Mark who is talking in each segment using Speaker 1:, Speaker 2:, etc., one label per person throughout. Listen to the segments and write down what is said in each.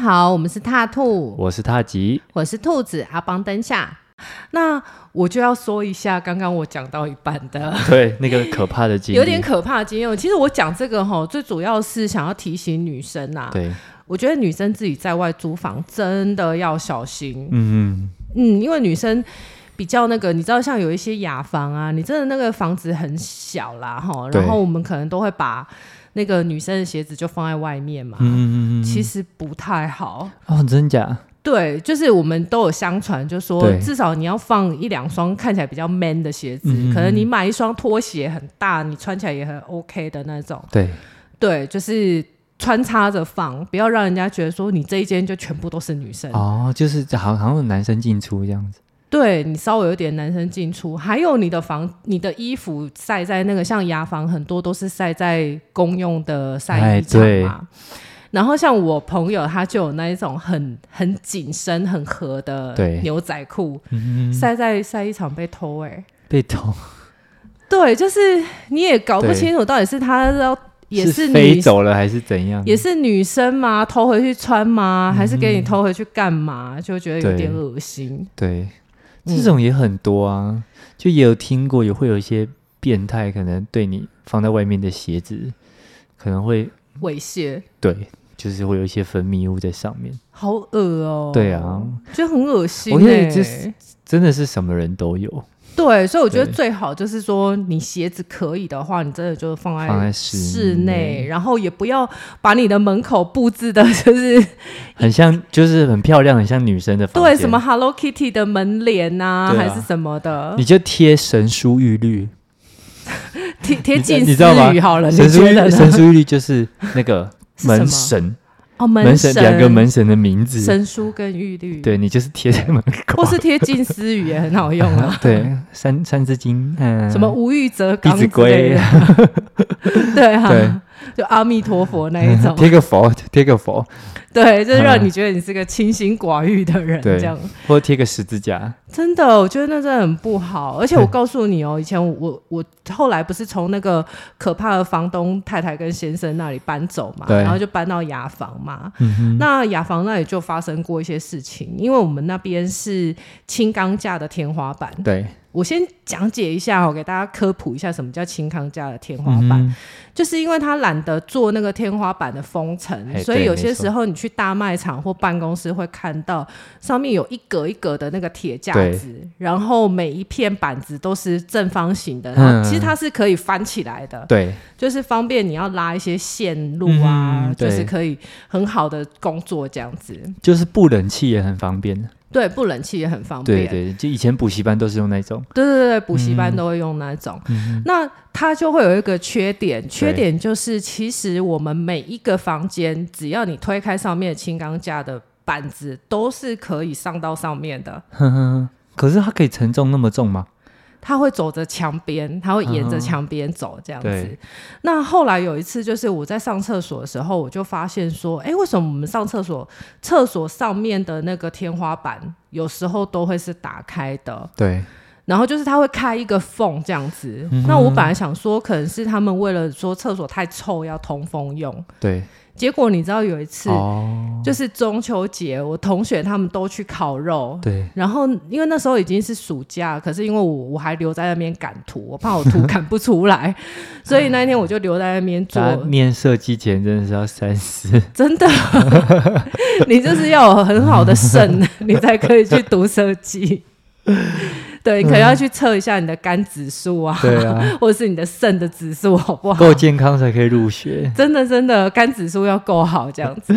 Speaker 1: 好，我们是踏兔，
Speaker 2: 我是踏吉，
Speaker 1: 我是兔子阿邦灯下。那我就要说一下，刚刚我讲到一半的，
Speaker 2: 对那个可怕的经历，
Speaker 1: 有点可怕的经验。其实我讲这个哈，最主要是想要提醒女生啊，
Speaker 2: 对，
Speaker 1: 我觉得女生自己在外租房真的要小心。
Speaker 2: 嗯
Speaker 1: 嗯，因为女生比较那个，你知道，像有一些雅房啊，你真的那个房子很小啦，哈，
Speaker 2: 对
Speaker 1: 然后我们可能都会把那个女生的鞋子就放在外面嘛，
Speaker 2: 嗯嗯嗯
Speaker 1: 其实不太好。
Speaker 2: 哦，真假？
Speaker 1: 对，就是我们都有相传，就说
Speaker 2: 对
Speaker 1: 至少你要放一两双看起来比较 man 的鞋子，
Speaker 2: 嗯嗯嗯
Speaker 1: 可能你买一双拖鞋很大，你穿起来也很 OK 的那种。
Speaker 2: 对，
Speaker 1: 对，就是穿插着放，不要让人家觉得说你这一间就全部都是女生。
Speaker 2: 哦，就是好好像有男生进出这样子，
Speaker 1: 对你稍微有点男生进出，还有你的房、你的衣服晒在那个像牙房，很多都是晒在公用的晒
Speaker 2: 哎
Speaker 1: 衣场
Speaker 2: 对
Speaker 1: 嘛。然后像我朋友，他就有那一种很很紧身、很合的
Speaker 2: 对
Speaker 1: 牛仔裤，
Speaker 2: 嗯，
Speaker 1: 晒在晒衣场被偷哎、
Speaker 2: 被偷欸
Speaker 1: 对，就是你也搞不
Speaker 2: 对
Speaker 1: 清楚到底是他要也
Speaker 2: 是
Speaker 1: 女
Speaker 2: 飞走了还是怎样？
Speaker 1: 也是女生吗？偷回去穿
Speaker 2: 嗯
Speaker 1: 吗？还是给你偷回去干嘛？就觉得有
Speaker 2: 对
Speaker 1: 点恶心。
Speaker 2: 对，
Speaker 1: 嗯
Speaker 2: 这种也很多啊，就也有听过，也会有一些变态，可能对你放在外面的鞋子，可能会
Speaker 1: 猥亵，
Speaker 2: 对，就是会有一些分泌物在上面。
Speaker 1: 好恶哦、
Speaker 2: 对啊，
Speaker 1: 就很恶心、欸。
Speaker 2: 我觉得就是真的是什么人都有，
Speaker 1: 对，所以我觉得
Speaker 2: 对
Speaker 1: 最好就是说，你鞋子可以的话，你真的就放在
Speaker 2: 放在室
Speaker 1: 室内，
Speaker 2: 内
Speaker 1: 然后也不要把你的门口布置的，就是
Speaker 2: 很像，就是很漂亮，很像女生的房间。
Speaker 1: 对什么？Hello Kitty 的门帘呐、
Speaker 2: 对啊
Speaker 1: 还是什么的
Speaker 2: 你，就贴神书玉律，
Speaker 1: 贴贴
Speaker 2: 你知
Speaker 1: 近
Speaker 2: 你知道吗
Speaker 1: 私语呃好了，你
Speaker 2: 神书
Speaker 1: 觉
Speaker 2: 玉
Speaker 1: 得
Speaker 2: 律，
Speaker 1: 呢
Speaker 2: 神？书玉律就是那个
Speaker 1: 是什么
Speaker 2: 门神，
Speaker 1: 哦，门
Speaker 2: 门神两个门神的名字。
Speaker 1: 神书跟玉律，，
Speaker 2: 对你就是贴在门口。
Speaker 1: 或，是贴近私语也很好用啊
Speaker 2: 对三三字经，嗯，
Speaker 1: 什么无欲则刚之
Speaker 2: 弟子规
Speaker 1: 类的，对啊，就阿弥陀佛那一种，
Speaker 2: 嗯贴个佛， 贴个佛，
Speaker 1: 对，就是让
Speaker 2: 嗯
Speaker 1: 你觉得你是个清心寡欲的人，
Speaker 2: 对
Speaker 1: 这样
Speaker 2: 或者贴个十字架。
Speaker 1: 真的，我觉得那真的很不好。而且我告诉你哦，以前我我我后来不是从那个可怕的房东太太跟先生那里搬走嘛，
Speaker 2: 对
Speaker 1: 然后就搬到雅房嘛。
Speaker 2: 嗯哼，
Speaker 1: 那雅房那里就发生过一些事情，因为我们那边是轻钢架的天花板。
Speaker 2: 对，
Speaker 1: 我先讲解一下哦，给大家科普一下什么叫轻钢架的天花
Speaker 2: 嗯
Speaker 1: 板。
Speaker 2: 哼
Speaker 1: 就是因为他懒得做那个天花板的封层，
Speaker 2: 哎
Speaker 1: 所以
Speaker 2: 对
Speaker 1: 有些
Speaker 2: 没错
Speaker 1: 时候你去大卖场或办公室会看到上面有一格一格的那个铁架
Speaker 2: 对
Speaker 1: 子，然后每一片板子都是正方形的，
Speaker 2: 嗯
Speaker 1: 然后其实它是可以翻起来的，
Speaker 2: 对，
Speaker 1: 就是方便你要拉一些线路啊，
Speaker 2: 嗯
Speaker 1: 就是
Speaker 2: 对
Speaker 1: 可以很好的工作这样子。
Speaker 2: 就是不冷气也很方便。
Speaker 1: 对，不冷气也很方便。
Speaker 2: 对对，就以前补习班都是用 那种，
Speaker 1: 对对对，补习班都会用那种。
Speaker 2: 嗯
Speaker 1: 那它就会有一个缺点，缺点就是其实我们每一个房间，只要你推开上面的轻钢架的板子，都是可以上到上面的。
Speaker 2: 哼哼哼可是它可以承重那么重吗？
Speaker 1: 它会走着墙边，它会沿着墙边走这样子。
Speaker 2: 嗯对
Speaker 1: 那后来有一次，就是我在上厕所的时候，我就发现说，哎，为什么我们上厕所厕所上面的那个天花板有时候都会是打开的？
Speaker 2: 对，
Speaker 1: 然后就是它会开一个缝这样子。
Speaker 2: 嗯
Speaker 1: 那我本来想说，可能是他们为了说厕所太臭要通风用。
Speaker 2: 对，
Speaker 1: 结果你知道有一次，
Speaker 2: 哦，
Speaker 1: 就是中秋节，我同学他们都去烤肉。
Speaker 2: 对，
Speaker 1: 然后，因为那时候已经是暑假，可是因为我我还留在那边赶图，我怕我图赶不出来，所以那一天我就留在那边 做
Speaker 2: 大家念设计前真的是要三思。
Speaker 1: 真的，你就是要有很好的肾，你才可以去读设计。对，你可能要去测一下你的肝指数啊，
Speaker 2: 对啊，
Speaker 1: 或者是你的肾的指数好不好？
Speaker 2: 够健康才可以入学。
Speaker 1: 真的真的，肝指数要够好这样子。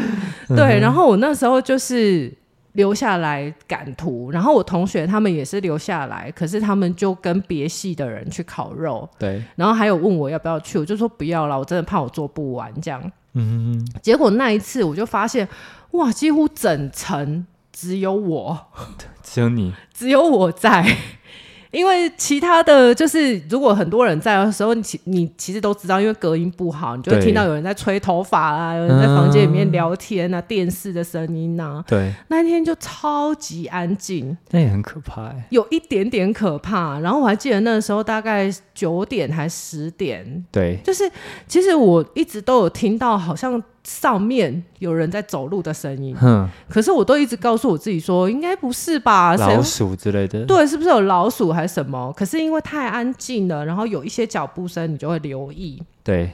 Speaker 1: 对，然后我那时候就是留下来赶图，然后我同学他们也是留下来，可是他们就跟别系的人去烤肉，
Speaker 2: 对，
Speaker 1: 然后还有问我要不要去，我就说不要啦，我真的怕我做不完这样。
Speaker 2: 嗯，
Speaker 1: 结果那一次我就发现，哇，几乎整层只有我，
Speaker 2: 只有你，
Speaker 1: 只有我在。 因为其他的就是，如果很多人在的时候，你其你其实都知道，因为隔音不好，你就会
Speaker 2: 对
Speaker 1: 听到有人在吹头发啊，有人在房间里面聊天啊，电视的声音啊。
Speaker 2: 对，
Speaker 1: 那一天就超级安静，
Speaker 2: 那也很可怕哎。
Speaker 1: 有一点点可怕。然后我还记得那时候大概九点还十点，
Speaker 2: 对，
Speaker 1: 就是其实我一直都有听到，好像上面有人在走路的声音，
Speaker 2: 哼，
Speaker 1: 可是我都一直告诉我自己说，应该不是吧？谁
Speaker 2: 老
Speaker 1: 会
Speaker 2: 鼠之类的，
Speaker 1: 对，是不是有老鼠还是什么？可是因为太安静了，然后有一些脚步声，你就会留意。
Speaker 2: 对，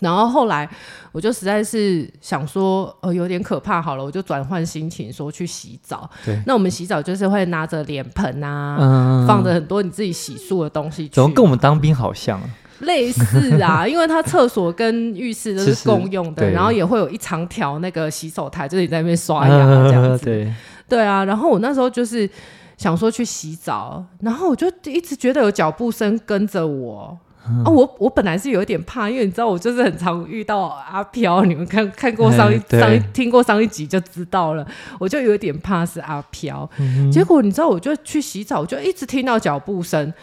Speaker 1: 然后后来我就实在是想说，呃，有点可怕，好了，我就转换心情，说去洗澡。
Speaker 2: 对
Speaker 1: 那我们洗澡就是会拿着脸盆啊，
Speaker 2: 嗯，
Speaker 1: 放着很多你自己洗漱的东西去，
Speaker 2: 怎么跟我们当兵好像啊？
Speaker 1: 类似啊？因为它厕所跟浴室都
Speaker 2: 是
Speaker 1: 是
Speaker 2: 是
Speaker 1: 共用的，
Speaker 2: 对
Speaker 1: 然后也会有一长条那个洗手台，就是你在那边刷
Speaker 2: 哎
Speaker 1: 牙这样子。
Speaker 2: 对，
Speaker 1: 对啊，然后我那时候就是想说去洗澡，然后我就一直觉得有脚步声跟着我。
Speaker 2: 嗯
Speaker 1: 啊，我我本来是有一点怕，因为你知道我就是很常遇到阿飘，你们看看过上一
Speaker 2: 哎、对
Speaker 1: 上一听过上一集就知道了，我就有点怕是阿飘。
Speaker 2: 嗯
Speaker 1: 结果你知道，我就去洗澡，我就一直听到脚步声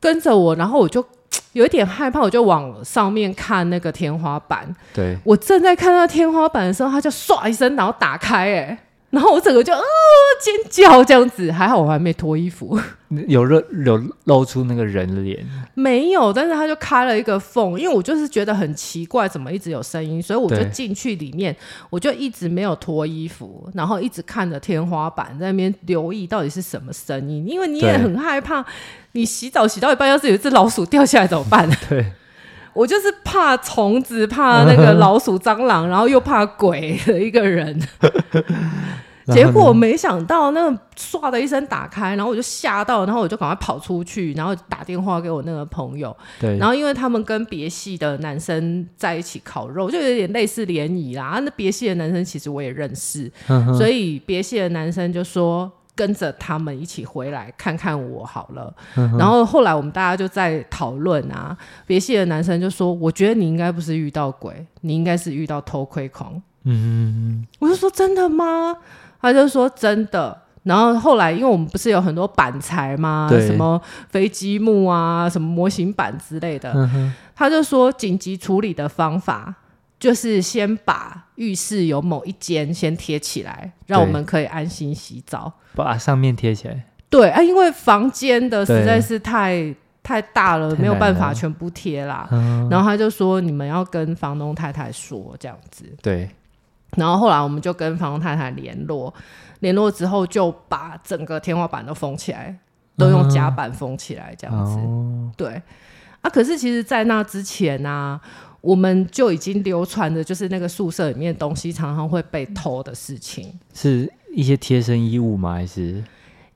Speaker 1: 跟着我，然后我就有一点害怕，我就往上面看那个天花板，
Speaker 2: 对，
Speaker 1: 我正在看到天花板的时候，它就唰一声，然后打开、哎，然后我整个就啊、尖叫这样子。还好我还没脱衣 服，
Speaker 2: 有露有露出那个人脸，
Speaker 1: 没有，但是它就开了一个缝，因为我就是觉得很奇怪，怎么一直有声音，所以我就
Speaker 2: 对
Speaker 1: 进去里面，我就一直没有脱衣服，然后一直看着天花板，在那边留意到底是什么声音，因为你也
Speaker 2: 对
Speaker 1: 很害怕，你洗澡洗到一半，要是有一只老鼠掉下来怎么办？
Speaker 2: 对，
Speaker 1: 我就是怕虫子，怕那个老鼠、蟑螂，然后又怕鬼的一个人。结果没想到，那个唰的一声打开，然后我就吓到，然后我就赶快跑出去，然后打电话给我那个朋友。
Speaker 2: 对，
Speaker 1: 然后因为他们跟别系的男生在一起烤肉，就有点类似联谊啦。啊那别系的男生其实我也认识，
Speaker 2: 嗯哼
Speaker 1: 所以别系的男生就说跟着他们一起回来看看我好了。
Speaker 2: 嗯
Speaker 1: 然后后来我们大家就在讨论啊，别系的男生就说：“我觉得你应该不是遇到鬼，你应该是遇到偷窥狂。
Speaker 2: 嗯，”
Speaker 1: 我就说：“真的吗？”他就说：“真的。”然后后来，因为我们不是有很多板材吗？
Speaker 2: 对
Speaker 1: 什么飞机木啊，什么模型板之类的。
Speaker 2: 嗯哼，
Speaker 1: 他就说紧急处理的方法就是先把浴室有某一间先贴起来，让我们可以安心洗澡。
Speaker 2: 把上面贴起来，
Speaker 1: 对啊，因为房间的
Speaker 2: 对
Speaker 1: 实在是太太大了，
Speaker 2: 太难
Speaker 1: 没有办法
Speaker 2: 了
Speaker 1: 全部贴啦。
Speaker 2: 嗯，
Speaker 1: 然后他就说你们要跟房东太太说这样子。
Speaker 2: 对，
Speaker 1: 然后后来我们就跟房东太太联络，联络之后就把整个天花板都封起来，都
Speaker 2: 嗯
Speaker 1: 用夹板封起来这样子。
Speaker 2: 哦，
Speaker 1: 对啊，可是其实，在那之前呢、我们就已经流传的就是那个宿舍里面的东西常常会被偷的事情。
Speaker 2: 是一些贴身衣物吗？还是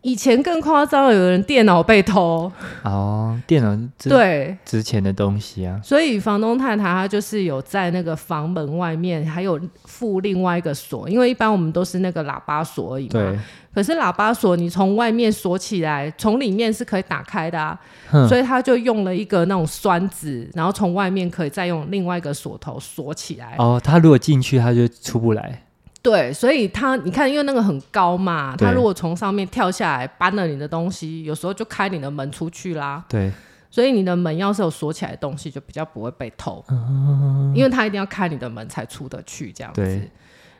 Speaker 1: 以前更夸张了，有人电脑被偷，
Speaker 2: 哦，电脑这
Speaker 1: 对，
Speaker 2: 值钱的东西啊？
Speaker 1: 所以房东太太她就是有在那个房门外面还有附另外一个锁，因为一般我们都是那个喇叭锁而已嘛
Speaker 2: 对。，
Speaker 1: 可是喇叭锁你从外面锁起来，从里面是可以打开的啊，
Speaker 2: 哼
Speaker 1: 所以他就用了一个那种栓子，然后从外面可以再用另外一个锁头锁起来。
Speaker 2: 哦，他如果进去，他就出不来。
Speaker 1: 对，所以他你看，因为那个很高嘛，
Speaker 2: 对
Speaker 1: 他如果从上面跳下来搬了你的东西，有时候就开你的门出去啦。
Speaker 2: 对，
Speaker 1: 所以你的门要是有锁起来的东西，就比较不会被偷，因为他一定要开你的门才出得去这样子
Speaker 2: 啊对。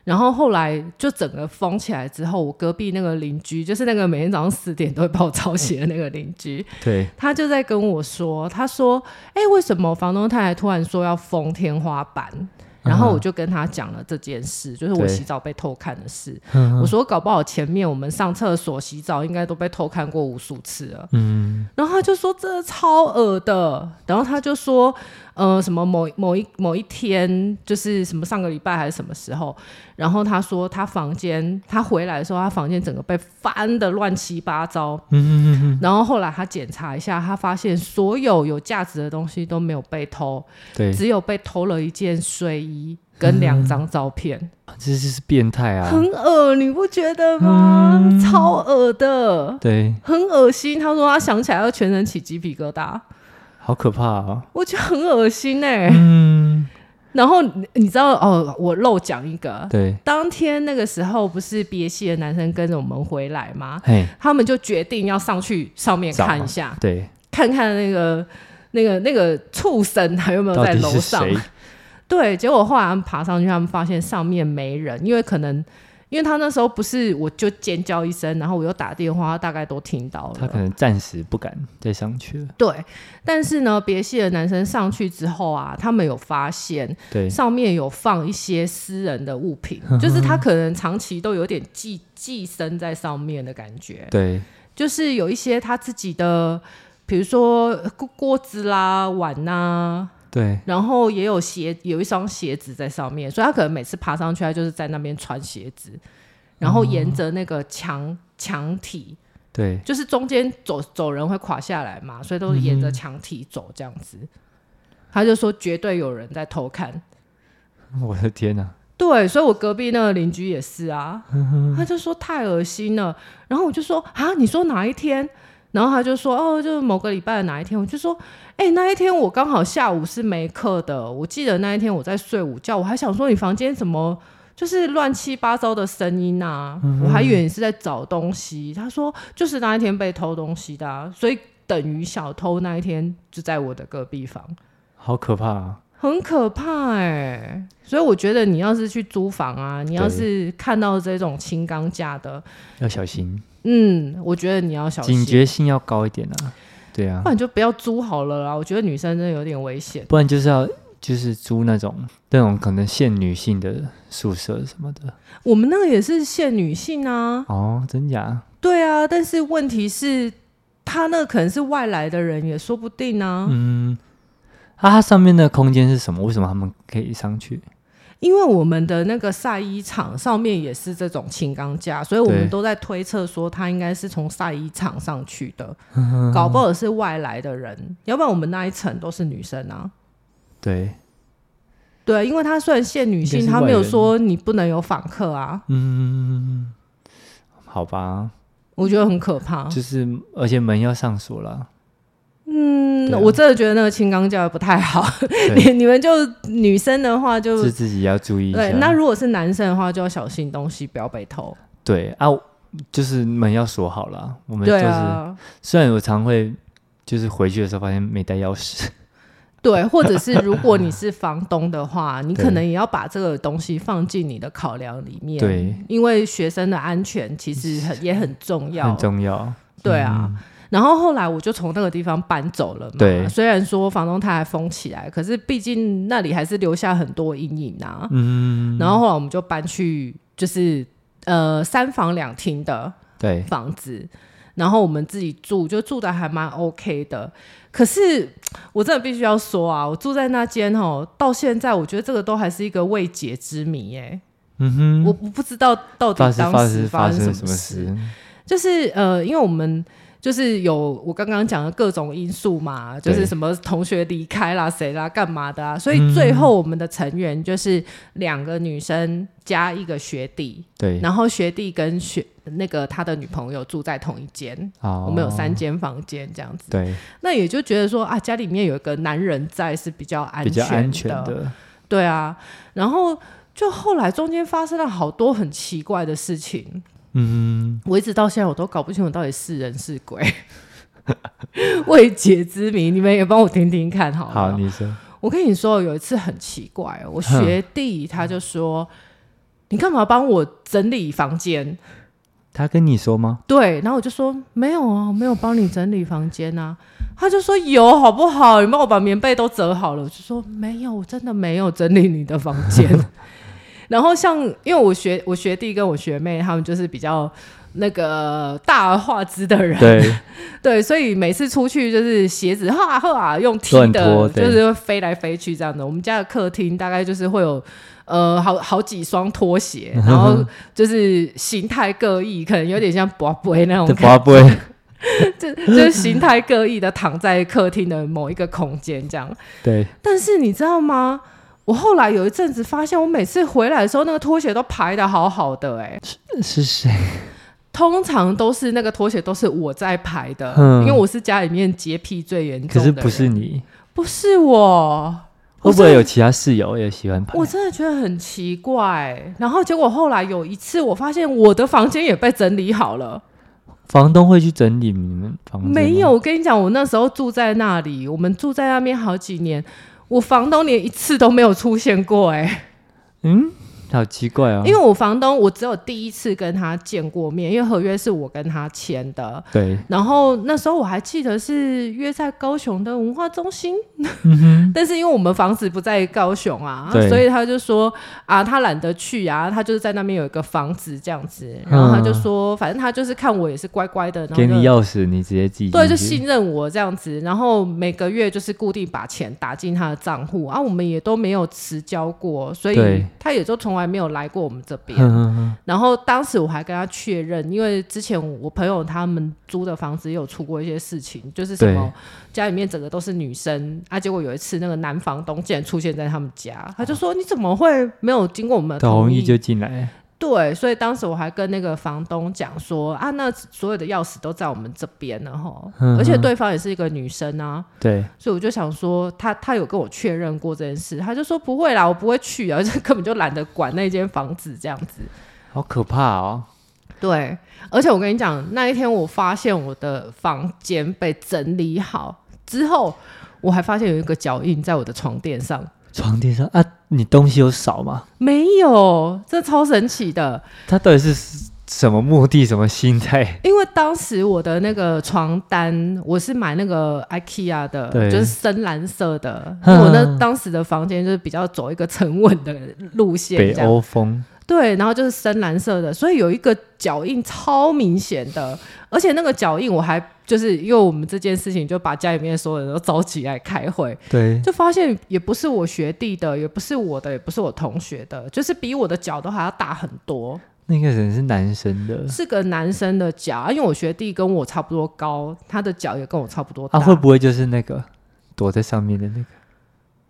Speaker 1: 然后后来就整个封起来之后，我隔壁那个邻居，就是那个每天早上四点都会把我吵醒的那个邻居，
Speaker 2: 对，
Speaker 1: 他就在跟我说，他说：“哎、为什么房东太太突然说要封天花板？”
Speaker 2: 嗯
Speaker 1: 然后我就跟他讲了这件事，就是我
Speaker 2: 对
Speaker 1: 洗澡被偷看的事。
Speaker 2: 嗯
Speaker 1: 我说搞不好前面我们上厕所、洗澡应该都被偷看过无数次了。
Speaker 2: 嗯，
Speaker 1: 然后他就说这超恶的，然后他就说，呃，什么某某一某一天，就是什么上个礼拜还是什么时候，然后他说他房间，他回来的时候，他房间整个被翻的乱七八糟，
Speaker 2: 嗯嗯嗯
Speaker 1: 然后后来他检查一下，他发现所有有价值的东西都没有被偷，
Speaker 2: 对，
Speaker 1: 只有被偷了一件睡衣跟两张照片，
Speaker 2: 这就是变态啊！
Speaker 1: 很恶，你不觉得吗？
Speaker 2: 嗯
Speaker 1: 超恶的，
Speaker 2: 对，
Speaker 1: 很恶心。他说他想起来要全身起鸡皮疙瘩，
Speaker 2: 好可怕啊！
Speaker 1: 我觉得很恶心哎、
Speaker 2: 嗯，
Speaker 1: 然后你你知道哦，我漏讲一个，
Speaker 2: 对，
Speaker 1: 当天那个时候不是别系的男生跟着我们回来吗？
Speaker 2: 嘿，
Speaker 1: 他们就决定要上去上面
Speaker 2: 找
Speaker 1: 看一下，
Speaker 2: 对，
Speaker 1: 看看那个那个那个畜生还有没有
Speaker 2: 到
Speaker 1: 在
Speaker 2: 底
Speaker 1: 楼
Speaker 2: 是
Speaker 1: 上
Speaker 2: 谁？？
Speaker 1: 对，结果后来他们爬上去，他们发现上面没人，因为可能因为他那时候不是我就尖叫一声，然后我又打电话，他大概都听到了。
Speaker 2: 他可能暂时不敢再上去了。
Speaker 1: 对，但是呢，别系的男生上去之后啊，他们有发现
Speaker 2: 对，
Speaker 1: 上面有放一些私人的物品，就是他可能长期都有点寄寄生在上面的感觉。
Speaker 2: 对，
Speaker 1: 就是有一些他自己的，比如说锅锅子啦、碗呐、
Speaker 2: 对，
Speaker 1: 然后也有鞋，有一双鞋子在上面，所以他可能每次爬上去，他就是在那边穿鞋子，然后沿着那个墙墙体，
Speaker 2: 对，
Speaker 1: 就是中间走走人会垮下来嘛，所以都是沿着墙体走这样子。他就说绝对有人在偷看，
Speaker 2: 我的天啊哪、
Speaker 1: 对，所以我隔壁那个邻居也是啊，他就说太恶心了，然后我就说啊，你说哪一天？然后他就说哦，就是某个礼拜的哪一天，我就说，哎、那一天我刚好下午是没课的，我记得那一天我在睡午觉，我还想说你房间怎么就是乱七八糟的声音啊，我还以为你是在找东西。他说就是那一天被偷东西的、啊，所以等于小偷那一天就在我的隔壁房。
Speaker 2: 好可怕、啊！
Speaker 1: 很可怕哎、所以我觉得你要是去租房啊，你要是看到这种轻钢架的，
Speaker 2: 要小心，
Speaker 1: 嗯，我觉得你要小心，哦
Speaker 2: 警觉性要高一点啊。对啊
Speaker 1: 不，然就不要租好了啦。我觉得女生真的有点危险。
Speaker 2: 不然就是要就是租那种那种可能限女性的宿舍什么的。
Speaker 1: 我们那个也是限女性啊，
Speaker 2: 哦，真假？
Speaker 1: 对啊，但是问题是，他那可能是外来的人，也说不定啊。
Speaker 2: 嗯，啊，它上面的空间是什么？为什么他们可以上去？
Speaker 1: 因为我们的那个晒衣场上面也是这种轻钢架，所以我们
Speaker 2: 对
Speaker 1: 都在推测说他应该是从晒衣场上去 的，搞不好是外来的人，要不然我们那一层都是女生啊。
Speaker 2: 对，
Speaker 1: 对，因为他虽然限女性，
Speaker 2: 应该是
Speaker 1: 他没有
Speaker 2: 外人
Speaker 1: 说你不能有访客啊，
Speaker 2: 嗯，好吧，
Speaker 1: 我觉得很可怕。
Speaker 2: 就是而且门要上锁了。
Speaker 1: 嗯，
Speaker 2: 对啊
Speaker 1: 我真的觉得那个轻钢架不太好。你
Speaker 2: 对，
Speaker 1: 你们就女生的话就
Speaker 2: 自自己要注意一
Speaker 1: 对，那
Speaker 2: 下。
Speaker 1: 如果是男生的话就要小心东西不要被偷。
Speaker 2: 对啊，就是门要锁好了。我们就
Speaker 1: 对
Speaker 2: 是、
Speaker 1: 啊，
Speaker 2: 虽然我常会就是回去的时候发现没带钥匙，
Speaker 1: 对，或者是如果 你是房东的话，你
Speaker 2: 对
Speaker 1: 可能也要把这个东西放进你的考量里面。
Speaker 2: 对，
Speaker 1: 因为学生的安全其实很也很重要。
Speaker 2: 很重要。
Speaker 1: 对啊。然后后来我就从那个地方搬走了嘛。
Speaker 2: 对
Speaker 1: 虽然说房东他还封起来，可是毕竟那里还是留下很多阴影啊。嗯。然后后来我们就搬去就是呃三房两厅的
Speaker 2: 对，
Speaker 1: 房子，然后我们自己住，就住的还蛮 OK 的。可是我真的必须要说啊，我住在那间哦，到现在我觉得这个都还是一个未解之谜耶。嗯哼，我我不知道到底
Speaker 2: 发生
Speaker 1: 当时
Speaker 2: 生
Speaker 1: 发
Speaker 2: 发
Speaker 1: 生
Speaker 2: 生了
Speaker 1: 什
Speaker 2: 什
Speaker 1: 么
Speaker 2: 么
Speaker 1: 事。
Speaker 2: 事？
Speaker 1: 就是呃，因为我们就是有我刚刚讲的各种因素嘛，就
Speaker 2: 对
Speaker 1: 是什么同学离开啦、谁啦、干嘛的啊，所以最后我们的成员就是两个女生加一个学弟，
Speaker 2: 对，
Speaker 1: 然后学弟跟学那个他的女朋友住在同一间。
Speaker 2: 好，
Speaker 1: 我们有三间房间这样子，
Speaker 2: 对
Speaker 1: 那也就觉得说啊，家里面有一个男人在是比较安
Speaker 2: 比较安全
Speaker 1: 全的，
Speaker 2: 的，
Speaker 1: 对啊。然后就后来中间发生了好多很奇怪的事情，
Speaker 2: 嗯，
Speaker 1: 我一直到现在我都搞不清楚到底是人是鬼， 未解之谜。你们也帮我听听看好了。
Speaker 2: 好，你说，
Speaker 1: 我跟你说，有一次很奇怪、哦，我学弟他就说：“你干嘛帮我整理房间
Speaker 2: 他跟你说吗？”？
Speaker 1: 对，然后我就说：“没有啊，我没有帮你整理房间啊。”他就说：“有好不好？你帮我把棉被都折好了。”我就说：“没有，我真的没有整理你的房间。” 然后像因为我学我学弟跟我学妹他们就是比较那个大而化之的人，
Speaker 2: 对，
Speaker 1: 对，所以每次出去就是鞋子哈啊哈啊用踢
Speaker 2: 乱
Speaker 1: 的，
Speaker 2: 拖对
Speaker 1: 就是会飞来飞去这样的。我们家的客厅大概就是会有呃好好几双拖鞋，然后 就是形态各异，可能有点像博杯那种
Speaker 2: 这
Speaker 1: 感
Speaker 2: 不不 会，
Speaker 1: 就就是形态各异的躺在客厅的某一个空间这样。
Speaker 2: 对，
Speaker 1: 但是你知道吗？我后来有一阵子发现，我每次回来的时候，那个拖鞋都排的好好的、欸，
Speaker 2: 是谁？
Speaker 1: 通常都是那个拖鞋都是我在排的，
Speaker 2: 嗯
Speaker 1: 因为我是家里面洁癖最严重
Speaker 2: 可
Speaker 1: 的
Speaker 2: 是
Speaker 1: 人。
Speaker 2: 不是你，
Speaker 1: 不是我，
Speaker 2: 会
Speaker 1: 我
Speaker 2: 不会
Speaker 1: 真
Speaker 2: 有
Speaker 1: 的
Speaker 2: 其他室友也喜欢拍？
Speaker 1: 我真的觉得很奇怪。然后结果后来有一次，我发现我的房间也被整理好了。
Speaker 2: 房东会去整理你们房间吗
Speaker 1: 没有，，我跟你讲，我那时候住在那里，我们住在那边好几年，我房东连一次都没有出现过、哎，
Speaker 2: 嗯，好奇怪哦。
Speaker 1: 因为我房东，我只有第一次跟他见过面，因为合约是我跟他签的。
Speaker 2: 对，
Speaker 1: 然后那时候我还记得是约在高雄的文化中心，
Speaker 2: 嗯哼，
Speaker 1: 但是因为我们房子不在高雄啊
Speaker 2: 对，
Speaker 1: 所以他就说啊，他懒得去啊，他就是在那边有一个房子这样子，然后他就说，反正他就是看我也是乖乖的，然后
Speaker 2: 嗯给你
Speaker 1: 就
Speaker 2: 钥匙，你直接自己
Speaker 1: 对，就
Speaker 2: 进去
Speaker 1: 信任我这样子，然后每个月就是固定把钱打进他的账户啊，我们也都没有迟交过，所以
Speaker 2: 对
Speaker 1: 他也就从来没有来过我们这边。
Speaker 2: 哼哼哼
Speaker 1: 然后当时我还跟他确认，因为之前我朋友他们租的房子也有出过一些事情，就是什么家里面整个都是女生啊，结果有一次那个男房东竟然出现在他们家，他就说你怎么会没有经过我们的
Speaker 2: 哦同
Speaker 1: 同
Speaker 2: 意就进来，
Speaker 1: 对，所以当时我还跟那个房东讲说啊，那所有的钥匙都在我们这边了哈，
Speaker 2: 嗯
Speaker 1: 而且
Speaker 2: 哼
Speaker 1: 对方也是一个女生啊，
Speaker 2: 对，
Speaker 1: 所以我就想说他他有跟我确认过这件事，他就说不会啦，我不会去啊， 就根本就懒得管那间房子这样子。
Speaker 2: 好可怕哦。
Speaker 1: 对，而且我跟你讲，那一天我发现我的房间被整理好之后，我还发现有一个脚印在我的床垫上，
Speaker 2: 床垫上啊，你东西有少吗？
Speaker 1: 没有，这超神奇的。
Speaker 2: 他到底是什么目的、什么心态？
Speaker 1: 因为当时我的那个床单，我是买那个 IKEA 的，
Speaker 2: 对
Speaker 1: 就是深蓝色的。因
Speaker 2: 哼
Speaker 1: 为我那当时的房间就是比较走一个沉稳的路线，
Speaker 2: 北
Speaker 1: 这样
Speaker 2: 欧风，
Speaker 1: 对，然后就是深蓝色的，所以有一个脚印超明显的，而且那个脚印我还就是因为我们这件事情，就把家里面所有人都召集来开会，
Speaker 2: 对，
Speaker 1: 就发现也不是我学弟的，也不是我的，也不是我同学的，就是比我的脚都还要大很多，
Speaker 2: 那个人是男生的，
Speaker 1: 是个男生的脚，啊因为我学弟跟我差不多高，他的脚也跟我差不多大。
Speaker 2: 啊，会不会就是那个躲在上面的那个？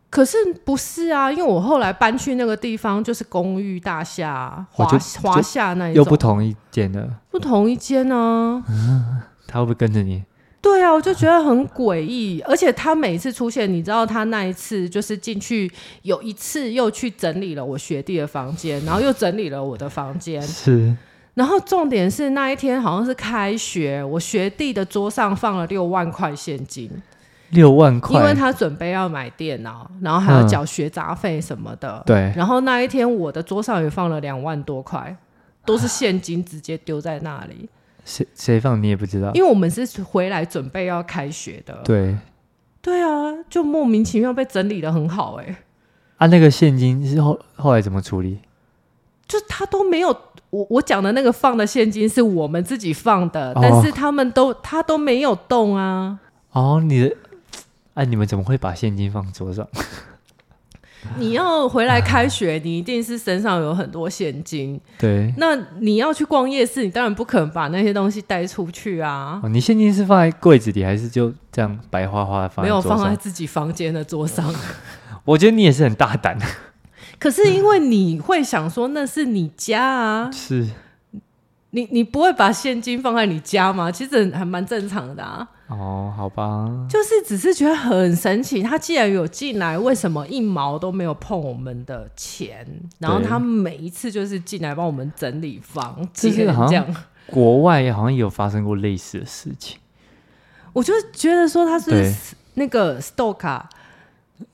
Speaker 1: 可是不是啊？因为我后来搬去那个地方，就是公寓大厦、
Speaker 2: 我
Speaker 1: 华
Speaker 2: 就
Speaker 1: 华夏那一
Speaker 2: 又
Speaker 1: 种，
Speaker 2: 不同一间的，
Speaker 1: 不同一间啊呢、
Speaker 2: 他会不会跟着你？
Speaker 1: 对啊，我就觉得很诡异，而且他每次出现，你知道他那一次就是进去有一次又去整理了我学弟的房间，然后又整理了我的房间，
Speaker 2: 是，
Speaker 1: 然后重点是那一天好像是开学，我学弟的桌上放了六万块现金，
Speaker 2: 六万
Speaker 1: 因为
Speaker 2: 块，
Speaker 1: 他准备要买电脑，然后还要缴学杂费什么的。
Speaker 2: 对，
Speaker 1: 然后那一天我的桌上也放了两万多块，都是现金直接丢在那里，
Speaker 2: 谁谁放你也不知道，
Speaker 1: 因为我们是回来准备要开学的。
Speaker 2: 对
Speaker 1: 对啊，就莫名其妙被整理的很好哎、
Speaker 2: 啊，那个现金是后后来怎么处理？
Speaker 1: 就他都没有我我讲的那个放的现金是我们自己放的，
Speaker 2: 哦
Speaker 1: 但是他们都他都没有动啊。
Speaker 2: 哦，你的，啊，你们怎么会把现金放桌上？
Speaker 1: 你要回来开学，你一定是身上有很多现金。
Speaker 2: 对，
Speaker 1: 那你要去逛夜市，你当然不可能把那些东西带出去啊。
Speaker 2: 哦，你现金是放在柜子里，还是就这样白花花地放
Speaker 1: 没
Speaker 2: 在
Speaker 1: 有
Speaker 2: 桌上？
Speaker 1: 放在自己房间的桌上，
Speaker 2: 我觉得你也是很大胆，
Speaker 1: 可是因为你会想说那是你家啊，
Speaker 2: 是
Speaker 1: 你你不会把现金放在你家吗？其实还蛮正常的啊。
Speaker 2: 哦，好吧，
Speaker 1: 就是只是觉得很神奇，他既然有进来，为什么一毛都没有碰我们的钱？然后他每一次就是进来帮我们整理房间，
Speaker 2: 这是好像
Speaker 1: 这样，
Speaker 2: 国外好像也有发生过类似的事情，
Speaker 1: 我就觉得说他是不
Speaker 2: 对
Speaker 1: 是那个 stalker，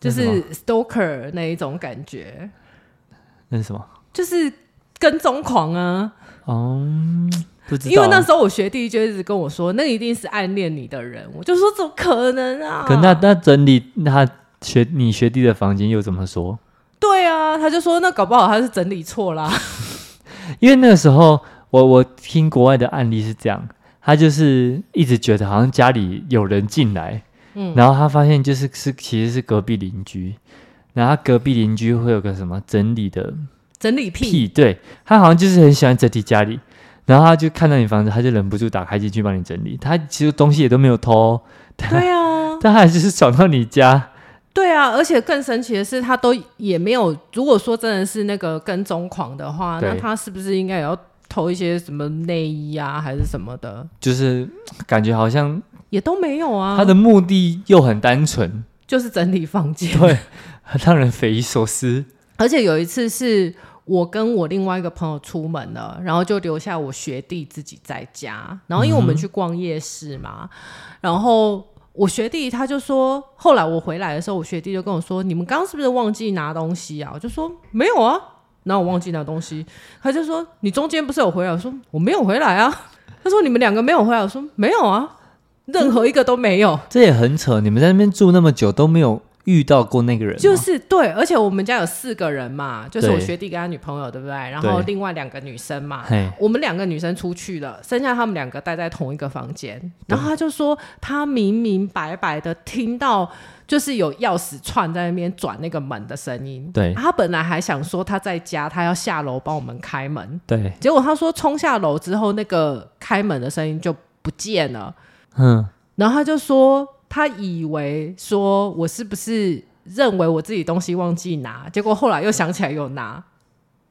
Speaker 1: 就
Speaker 2: 那是
Speaker 1: 是 stalker 那一种感觉，
Speaker 2: 那是什么？
Speaker 1: 就是跟踪狂啊。
Speaker 2: 哦、不知道，
Speaker 1: 因为那时候我学弟就一直跟我说，那一定是暗恋你的人，我就说怎么可能啊？
Speaker 2: 可那那整理那学你学弟的房间又怎么说？
Speaker 1: 对啊，他就说那搞不好他是整理错啦。
Speaker 2: 因为那个时候我我听国外的案例是这样，他就是一直觉得好像家里有人进来，
Speaker 1: 嗯
Speaker 2: 然后他发现就是是其实是隔壁邻居，然后他隔壁邻居会有个什么整理的
Speaker 1: 整理屁
Speaker 2: 屁，对他好像就是很喜欢整理家里，然后他就看到你房子，他就忍不住打开进去帮你整理，他其实东西也都没有偷哦，
Speaker 1: 对啊，
Speaker 2: 但他还是闯到你家，
Speaker 1: 对啊，而且更神奇的是，他都也没有。如果说真的是那个跟踪狂的话，
Speaker 2: 对
Speaker 1: 那他是不是应该也要偷一些什么内衣啊，还是什么的？
Speaker 2: 就是感觉好像
Speaker 1: 也都没有啊。
Speaker 2: 他的目的又很单纯，
Speaker 1: 就是整理房间，
Speaker 2: 对，很让人匪夷所思。
Speaker 1: 而且有一次是我跟我另外一个朋友出门了，然后就留下我学弟自己在家。然后因为我们去逛夜市嘛，然后我学弟他就说，后来我回来的时候，我学弟就跟我说：“你们刚刚是不是忘记拿东西啊？”我就说：“没有啊。”然后我忘记拿东西，他就说你中间不是有回来？我说我没有回来啊。他说你们两个没有回来？我说没有啊，任何一个都没有。
Speaker 2: 这也很扯。你们在那边住那么久都没有遇到过那个人吗，
Speaker 1: 就是对，而且我们家有四个人嘛，就是我
Speaker 2: 对
Speaker 1: 学弟跟他女朋友，对不对？然后
Speaker 2: 对
Speaker 1: 另外两个女生嘛，
Speaker 2: 嘿，
Speaker 1: 我们两个女生出去了，剩下他们两个待在同一个房间。然后他就说，他明明白白的听到，就是有钥匙串在那边转那个门的声音。
Speaker 2: 对
Speaker 1: 他本来还想说他在家，他要下楼帮我们开门，
Speaker 2: 对，
Speaker 1: 结果他说冲下楼之后，那个开门的声音就不见了。
Speaker 2: 嗯，
Speaker 1: 然后他就说，他以为说我是不是认为我自己东西忘记拿，结果后来又想起来有拿，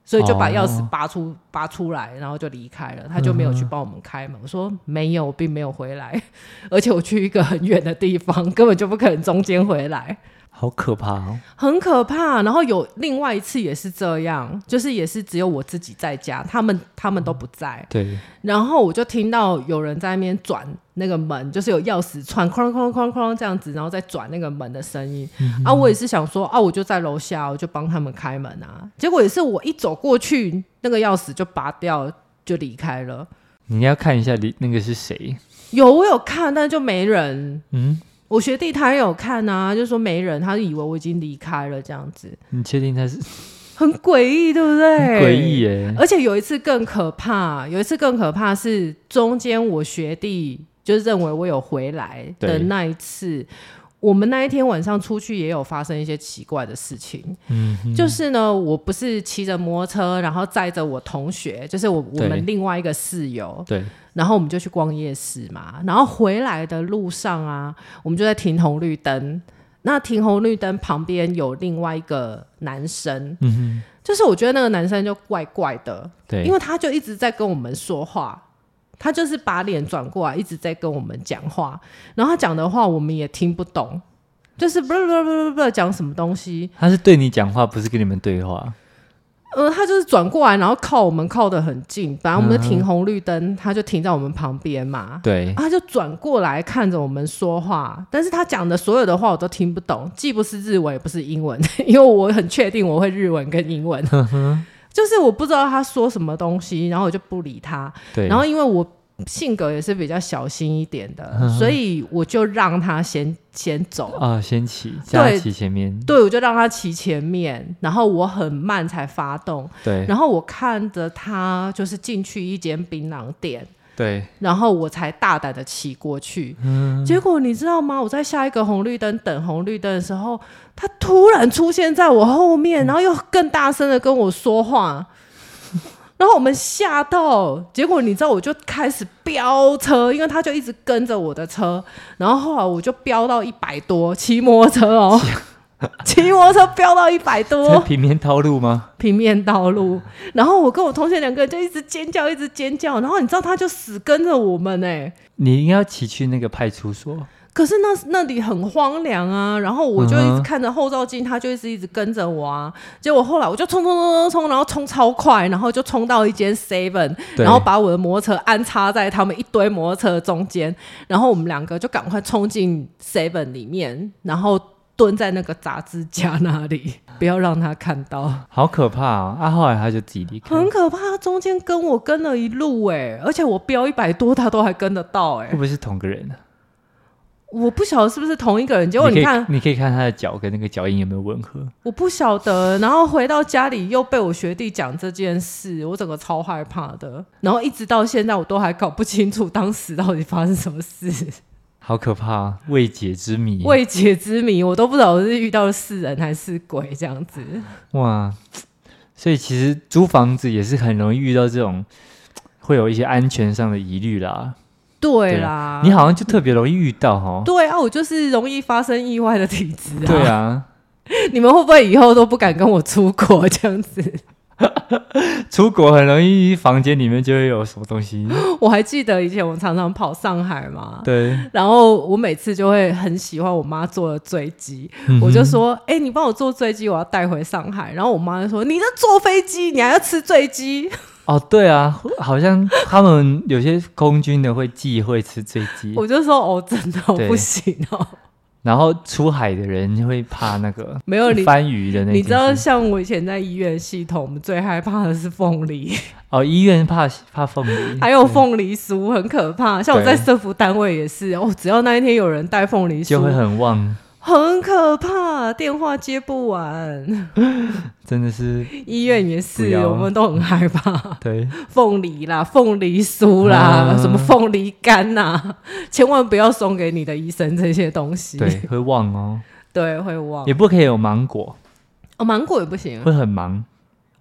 Speaker 1: 所以就把
Speaker 2: 哦
Speaker 1: 钥匙拔出、拔出来，然后就离开了。他就没有去帮我们开门。我说没有，我并没有回来， 而且我去一个很远的地方，根本就不可能中间回来。
Speaker 2: 好可怕哦。
Speaker 1: 很可怕。然后有另外一次也是这样，就是也是只有我自己在家，他们他们都不在。
Speaker 2: 对，
Speaker 1: 然后我就听到有人在那边转那个门，就是有钥匙串哐啷哐啷哐啷哐啷这样子，然后再转那个门的声音。啊，我也是想说啊，我就在楼下，我就帮他们开门啊。结果也是我一走过去，那个钥匙就拔掉，就离开了。
Speaker 2: 你要看一下你那个是谁。
Speaker 1: 有我有看，但就没人。
Speaker 2: 嗯，
Speaker 1: 我学弟他也有看啊，就说没人，他以为我已经离开了这样子，
Speaker 2: 你确定他是
Speaker 1: 很诡异，对不对？
Speaker 2: 很诡异耶？
Speaker 1: 而且有一次更可怕，有一次更可怕是中间我学弟就认为我有回来的
Speaker 2: 对
Speaker 1: 那一次，我们那一天晚上出去也有发生一些奇怪的事情。
Speaker 2: 嗯哼，
Speaker 1: 就是呢，我不是骑着摩托车，然后载着我同学，就是我我
Speaker 2: 对
Speaker 1: 们另外一个室友，
Speaker 2: 对，
Speaker 1: 然后我们就去逛夜市嘛。然后回来的路上啊，我们就在停红绿灯。那停红绿灯旁边有另外一个男生，
Speaker 2: 嗯
Speaker 1: 就是我觉得那个男生就怪怪的，
Speaker 2: 哼，对，
Speaker 1: 因为他就一直在跟我们说话，他就是把脸转过来，一直在跟我们讲话，然后他讲的话我们也听不懂，就是不不不不不讲什么东西，
Speaker 2: 他是对你讲话，不是跟你们对话。
Speaker 1: 呃，他就是转过来，然后靠我们靠得很近，本来我们就
Speaker 2: 嗯
Speaker 1: 停红绿灯，他就停在我们旁边嘛。
Speaker 2: 对，
Speaker 1: 他就转过来看着我们说话，但是他讲的所有的话我都听不懂，既不是日文也不是英文， 因为我很确定我会日文跟英文，
Speaker 2: 嗯
Speaker 1: 就是我不知道他说什么东西，然后我就不理他，
Speaker 2: 对，
Speaker 1: 然后因为我性格也是比较小心一点的，
Speaker 2: 嗯
Speaker 1: 所以我就让他先先走。
Speaker 2: 啊，先起，加
Speaker 1: 对
Speaker 2: 起前面，
Speaker 1: 对，我就让他骑前面，然后我很慢才发动，
Speaker 2: 对，
Speaker 1: 然后我看着他就是进去一间槟榔店，
Speaker 2: 对，
Speaker 1: 然后我才大胆的骑过去。结果你知道吗？我在下一个红绿灯等红绿灯的时候，他突然出现在我后面，然后又更大声的跟我说话。然后我们吓到，结果你知道，我就开始飙车，因为他就一直跟着我的车，然后后来我就飙到一百多，骑摩托车哦， 骑摩托车飙到一百多
Speaker 2: 在，平面套路吗？
Speaker 1: 平面道路，然后我跟我同学两个人就一直尖叫，一直尖叫，然后你知道他就死跟着我们哎、
Speaker 2: 你应该要骑去那个派出所。
Speaker 1: 可是那那里很荒凉啊，然后我就一直
Speaker 2: 嗯哼
Speaker 1: 看着后照镜，他就一直一直跟着我啊。结果后来我就冲冲冲冲冲，然后冲超快，然后就冲到一间 Seven，
Speaker 2: 对
Speaker 1: 然后把我的摩托车安插在他们一堆摩托车中间，然后我们两个就赶快冲进 Seven 里面，然后蹲在那个杂志架那里， 不要让他看到。
Speaker 2: 好可怕啊！啊，后来他就自己离开，
Speaker 1: 很可怕，他中间跟我跟了一路哎、而且我飙一百多，他都还跟得到哎、
Speaker 2: 会不会是同个人啊？
Speaker 1: 我不晓得是不是同一个人，结果
Speaker 2: 你
Speaker 1: 你
Speaker 2: 可以
Speaker 1: 看，
Speaker 2: 你可以看他的脚跟那个脚印有没有吻合。
Speaker 1: 我不晓得，然后回到家里又被我学弟讲这件事，我整个超害怕的，然后一直到现在我都还搞不清楚当时到底发生什么 事，
Speaker 2: 好可怕、啊，未解之谜。
Speaker 1: 未解之谜，我都不知道我是遇到了是人还是鬼这样子。
Speaker 2: 哇，所以其实租房子也是很容易遇到这种，会有一些安全上的疑虑啦。
Speaker 1: 对啦，
Speaker 2: 啊你好像就特别容易遇到哦。
Speaker 1: 对啊，我就是容易发生意外的体质啊。
Speaker 2: 对啊，
Speaker 1: 你们会不会以后都不敢跟我出国这样子？
Speaker 2: 出国很容易房间里面就会有什么东 西。
Speaker 1: 我还记得以前我常常跑上海嘛，
Speaker 2: 对，
Speaker 1: 然后我每次就会很喜欢我妈做的醉鸡，
Speaker 2: 嗯
Speaker 1: 我就说：“哎、你帮我做醉鸡，我要带回上海。”然后我妈就说：“你这坐飞机，你还要吃醉鸡
Speaker 2: 哦，对啊，好像他们有些空军的会忌讳吃醉？”鸡，
Speaker 1: 我就说：“哦，真的、我
Speaker 2: 对
Speaker 1: 不行哦。”
Speaker 2: 然后出海的人会怕那个
Speaker 1: 没有你，
Speaker 2: 翻鱼的那件
Speaker 1: 你
Speaker 2: 事，
Speaker 1: 知道，像我以前在医院系统，我们最害怕的是凤梨，
Speaker 2: 哦，医院怕怕凤梨，
Speaker 1: 还有
Speaker 2: 嗯对
Speaker 1: 凤梨酥，很可怕。像我在社服单位也是，哦，只要那一天有人带凤梨酥，
Speaker 2: 就会很旺，
Speaker 1: 很可怕，电话接不完。
Speaker 2: 真的是
Speaker 1: 医院也
Speaker 2: 不
Speaker 1: 是，
Speaker 2: 要
Speaker 1: 我们都很害怕。
Speaker 2: 对，
Speaker 1: 凤梨啦，凤梨酥啦，
Speaker 2: 嗯
Speaker 1: 什么凤梨干呐、啊千万不要送给你的医生这些东西。
Speaker 2: 对，会旺哦，
Speaker 1: 对会忘
Speaker 2: 也不可以有芒果，
Speaker 1: 哦，芒果也不行
Speaker 2: 会很忙，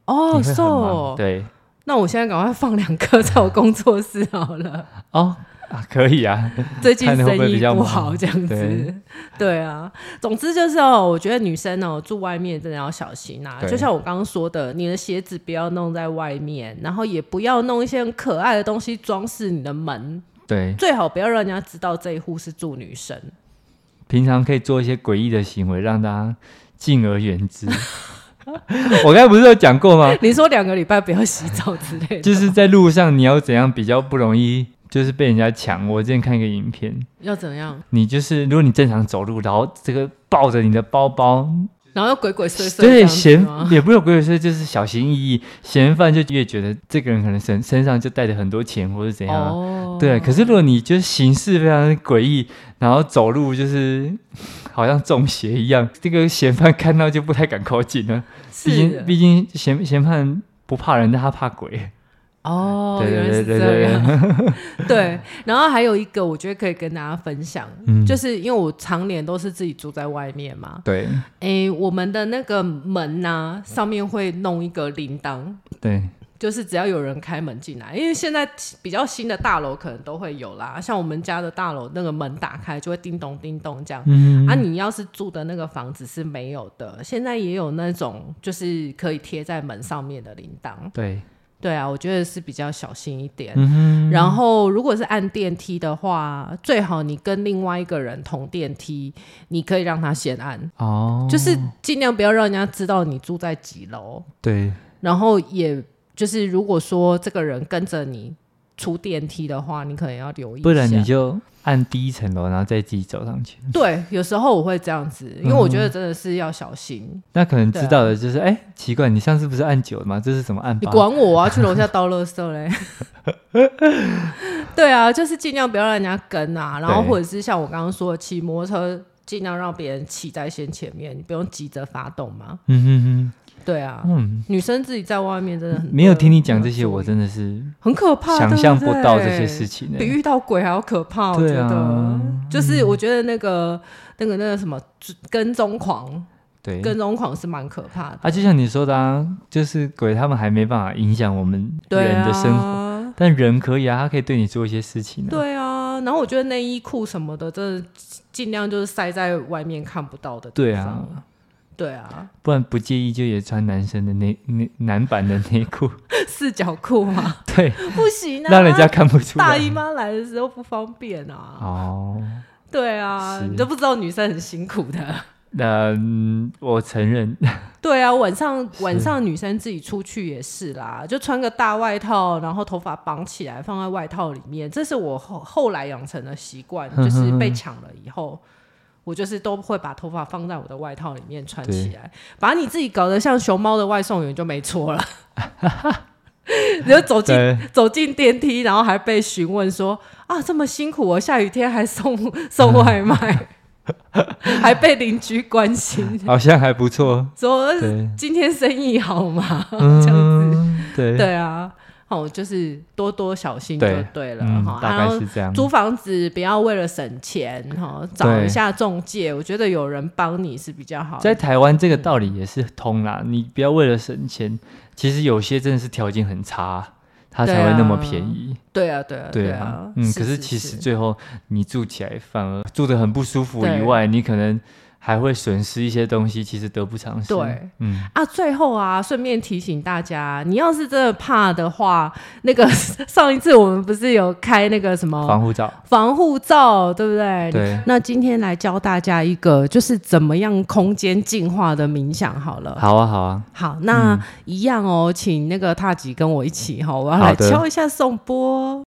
Speaker 1: 哦，
Speaker 2: 你会很忙
Speaker 1: 瘦。
Speaker 2: 对，
Speaker 1: 那我现在赶快放两颗在我工作室好 了。
Speaker 2: 哦，啊可以啊，
Speaker 1: 最近
Speaker 2: 看会不
Speaker 1: 生
Speaker 2: 会
Speaker 1: 意
Speaker 2: 比较
Speaker 1: 不
Speaker 2: 忙
Speaker 1: 好这样子
Speaker 2: 对，
Speaker 1: 对啊。总之就是哦，我觉得女生哦住外面真的要小心啊。
Speaker 2: 对
Speaker 1: 就像我刚刚说的，你的鞋子不要弄在外面，然后也不要弄一些很可爱的东西装饰你的门，
Speaker 2: 对，
Speaker 1: 最好不要让人家知道这一户是住女生。
Speaker 2: 平常可以做一些诡异的行为，让大家敬而远 之。我刚才不是有讲过吗？
Speaker 1: 你说两个礼拜不要洗澡之类的，
Speaker 2: 就是在路上你要怎样比较不容易，就是被人家抢。我之前看一个影片，
Speaker 1: 要怎样？
Speaker 2: 你就是如果你正常走路，然后这个抱着你的包包，
Speaker 1: 然后要鬼鬼祟祟这
Speaker 2: 对
Speaker 1: 样子
Speaker 2: 嫌
Speaker 1: 吗？
Speaker 2: 也不是鬼鬼祟，就是小心翼翼，嫌犯就越觉得这个人可能身身上就带着很多钱或者怎样。
Speaker 1: 哦，
Speaker 2: 对，啊可是如果你就是行事非常诡异，然后走路就是 好像中邪一样，这个嫌犯看到就不太敢靠近了。毕
Speaker 1: 是
Speaker 2: 竟，
Speaker 1: 的
Speaker 2: 毕竟嫌嫌犯不怕人，但他怕鬼。
Speaker 1: 哦，
Speaker 2: 对
Speaker 1: 原来
Speaker 2: 对
Speaker 1: 是
Speaker 2: 对
Speaker 1: 这
Speaker 2: 对
Speaker 1: 样。
Speaker 2: 对，
Speaker 1: 对，然后还有一个，我觉得可以跟大家分享，
Speaker 2: 嗯
Speaker 1: 就是因为我常年都是自己住在外面嘛，
Speaker 2: 对
Speaker 1: 诶，我们的那个门呐、上面会弄一个铃铛，
Speaker 2: 对
Speaker 1: 就是只要有人开门进来，因为现在比较新的大楼可能都会有啦，像我们家的大楼那个门打开就会叮咚叮咚这样。
Speaker 2: 嗯
Speaker 1: 啊，你要是住的那个房子是没有的，现在也有那种就是可以贴在门上面的铃铛。
Speaker 2: 对，
Speaker 1: 对啊，我觉得是比较小心一点。
Speaker 2: 嗯哼，
Speaker 1: 然后，如果是按电梯的话，最好你跟另外一个人同电梯，你可以让他先按，
Speaker 2: 哦，
Speaker 1: 就是尽量不要让人家知道你住在几楼。
Speaker 2: 对，
Speaker 1: 然后，也就是如果说这个人跟着你出电梯的话，你可能要留意一下。
Speaker 2: 不然你就按第一层楼，然后再自己走上去。
Speaker 1: 对，有时候我会这样子，因为我觉得真的是要小心。
Speaker 2: 那可能
Speaker 1: 对
Speaker 2: 知
Speaker 1: 啊
Speaker 2: 道的就是，哎、奇怪，你上次不是按九的吗？这是怎么按
Speaker 1: 你
Speaker 2: 八？
Speaker 1: 管我，我要去楼下倒垃圾嘞。 对啊，就是尽量不要让人家跟啊，然后
Speaker 2: 对
Speaker 1: 或者是像我刚刚说的，骑摩托车尽量让别人骑在先前面，你不用急着发动嘛。
Speaker 2: 嗯
Speaker 1: 对啊
Speaker 2: 哼，哼，
Speaker 1: 女生自己在外面真的
Speaker 2: 嗯
Speaker 1: 很，
Speaker 2: 没有听你讲这些，我
Speaker 1: 的
Speaker 2: 真的是
Speaker 1: 很可嗯怕，
Speaker 2: 想象不到
Speaker 1: 对对
Speaker 2: 这些事情、欸。
Speaker 1: 比遇到鬼还要可怕，我觉
Speaker 2: 对啊
Speaker 1: 得，就是我觉得那个那个那个什么跟踪狂，
Speaker 2: 对，
Speaker 1: 跟踪狂是蛮可怕的，
Speaker 2: 啊，就像你说的啊，就是鬼他们还没办法影响我们
Speaker 1: 对
Speaker 2: 人
Speaker 1: 啊，
Speaker 2: 的生活，但人可以啊，他可以对你做一些事情、啊。，
Speaker 1: 对啊，然后我觉得内衣裤什么的，真的尽量就是塞在外面看不到的地
Speaker 2: 对
Speaker 1: 方。
Speaker 2: 啊，
Speaker 1: 对啊，
Speaker 2: 不然不介意就也穿男生的内内男版的内 裤，
Speaker 1: 四角裤 嘛，
Speaker 2: 对，
Speaker 1: 不行啊，
Speaker 2: 让人家看不出
Speaker 1: 大
Speaker 2: 来。
Speaker 1: 姨妈来的时候不方便啊。
Speaker 2: 哦，
Speaker 1: 对啊，
Speaker 2: 是
Speaker 1: 你都不知道女生很辛苦的。
Speaker 2: 那、嗯我承认，
Speaker 1: 对啊，晚上晚上女生自己出去也是啦，就穿个大外套，然后头发绑起来放在外套里面，这是我后后来养成的习惯，就是被抢了以后。我就是都会把头发放在我的外套里面穿起来，把你自己搞得像熊猫的外送员就没错了。你就走进
Speaker 2: 对，
Speaker 1: 走进电梯，然后还被询问说：“啊，这么辛苦哦，下雨天还送送外卖，还被邻居关心，
Speaker 2: 好像还不错。
Speaker 1: 说
Speaker 2: 对，
Speaker 1: 今天生意好吗？” 这样子，
Speaker 2: 嗯，对，
Speaker 1: 对啊，哦，就是多多小心就
Speaker 2: 对
Speaker 1: 对了
Speaker 2: 嗯
Speaker 1: 哈。，
Speaker 2: 大
Speaker 1: 然
Speaker 2: 概
Speaker 1: 后
Speaker 2: 是这样。
Speaker 1: 租房子不要为了省钱哈，找
Speaker 2: 对
Speaker 1: 一下中介，我觉得有人帮你是比较好的。
Speaker 2: 在台湾这个道理也是通啦，你不要为了省钱，其实有些真的是条件很差，它才
Speaker 1: 对啊
Speaker 2: 会那么便宜。
Speaker 1: 对啊，对啊，
Speaker 2: 对
Speaker 1: 啊
Speaker 2: 啊，，嗯，
Speaker 1: 是
Speaker 2: 可
Speaker 1: 是
Speaker 2: 是其实
Speaker 1: 是
Speaker 2: 最后你住起来反而住得很不舒服以
Speaker 1: 对
Speaker 2: 外，你可能还会损失一些东西，其实得不偿失。
Speaker 1: 对，
Speaker 2: 嗯，
Speaker 1: 啊，最后啊，顺便提醒大家，你要是真的怕的话，那个 上一次我们不是有开那个什么
Speaker 2: 防护罩，
Speaker 1: 防护罩，对不对？
Speaker 2: 对，
Speaker 1: 那今天来教大家一个，就是怎么样空间净化的冥想好了。
Speaker 2: 好啊，好啊，
Speaker 1: 好，那一样哦，请那个踏吉跟我一起哈、我要
Speaker 2: 好
Speaker 1: 来
Speaker 2: 的
Speaker 1: 敲一下颂钵。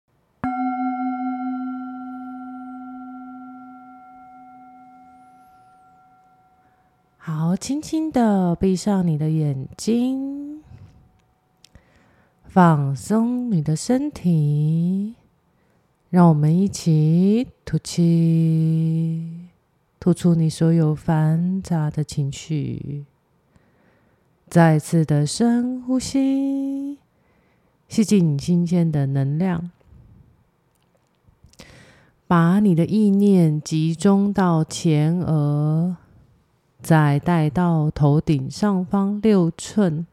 Speaker 1: 好，轻轻的闭上你的眼睛，放松你的身体，让我们一起吐气，吐出你所有繁杂的情绪。再次的深呼吸，吸进你新鲜的能量，把你的意念集中到前额，再带到头顶上方六寸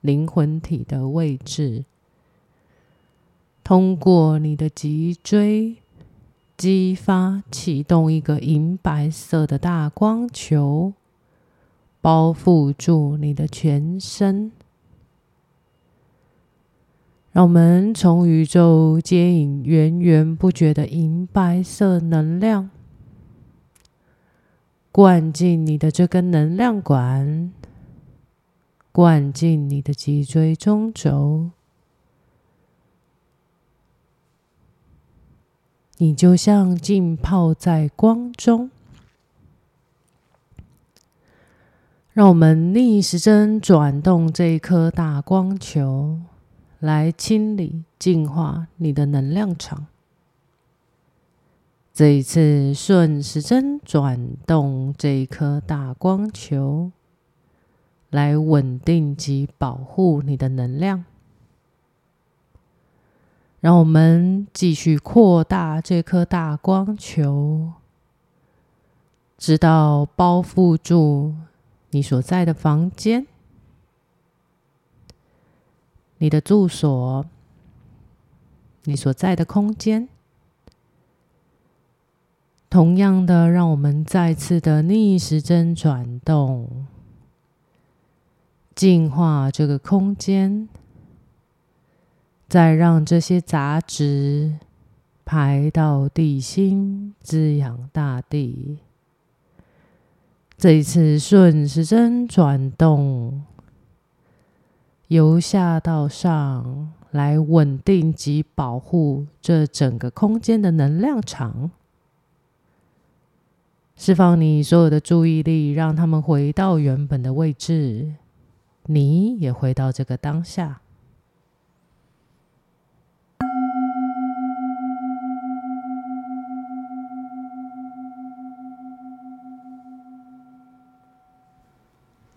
Speaker 1: 灵魂体的位置，通过你的脊椎激发启动一个银白色的大光球。包覆住你的全身，让我们从宇宙接引源源不绝的银白色能量，灌进你的这根能量管，灌进你的脊椎中轴，你就像浸泡在光中。让我们逆时针转动这一颗大光球，来清理、净化你的能量场。这一次顺时针转动这一颗大光球，来稳定及保护你的能量。让我们继续扩大这颗大光球，直到包覆住。你所在的房间、你的住所、你所在的空间，同样的，让我们再次的逆时针转动，净化这个空间，再让这些杂质排到地心，滋养大地。这一次顺时针转动，由下到上来稳定及保护这整个空间的能量场，释放你所有的注意力，让他们回到原本的位置，你也回到这个当下。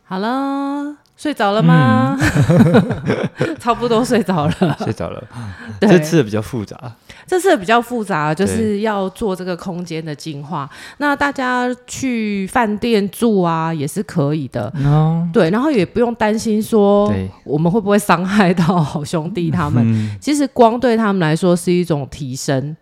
Speaker 1: 好了，睡着了吗？ 差不多睡着了。
Speaker 2: 睡着了。
Speaker 1: 对
Speaker 2: 这次比较复杂，
Speaker 1: 这次比较复杂，就
Speaker 2: 对
Speaker 1: 是要做这个空间的净化。那大家去饭店住啊，也是可以的。
Speaker 2: 哦，
Speaker 1: 对，然后也不用担心说
Speaker 2: 对
Speaker 1: 我们会不会伤害到好兄弟他们。
Speaker 2: 嗯
Speaker 1: 其实光对他们来说是一种提升。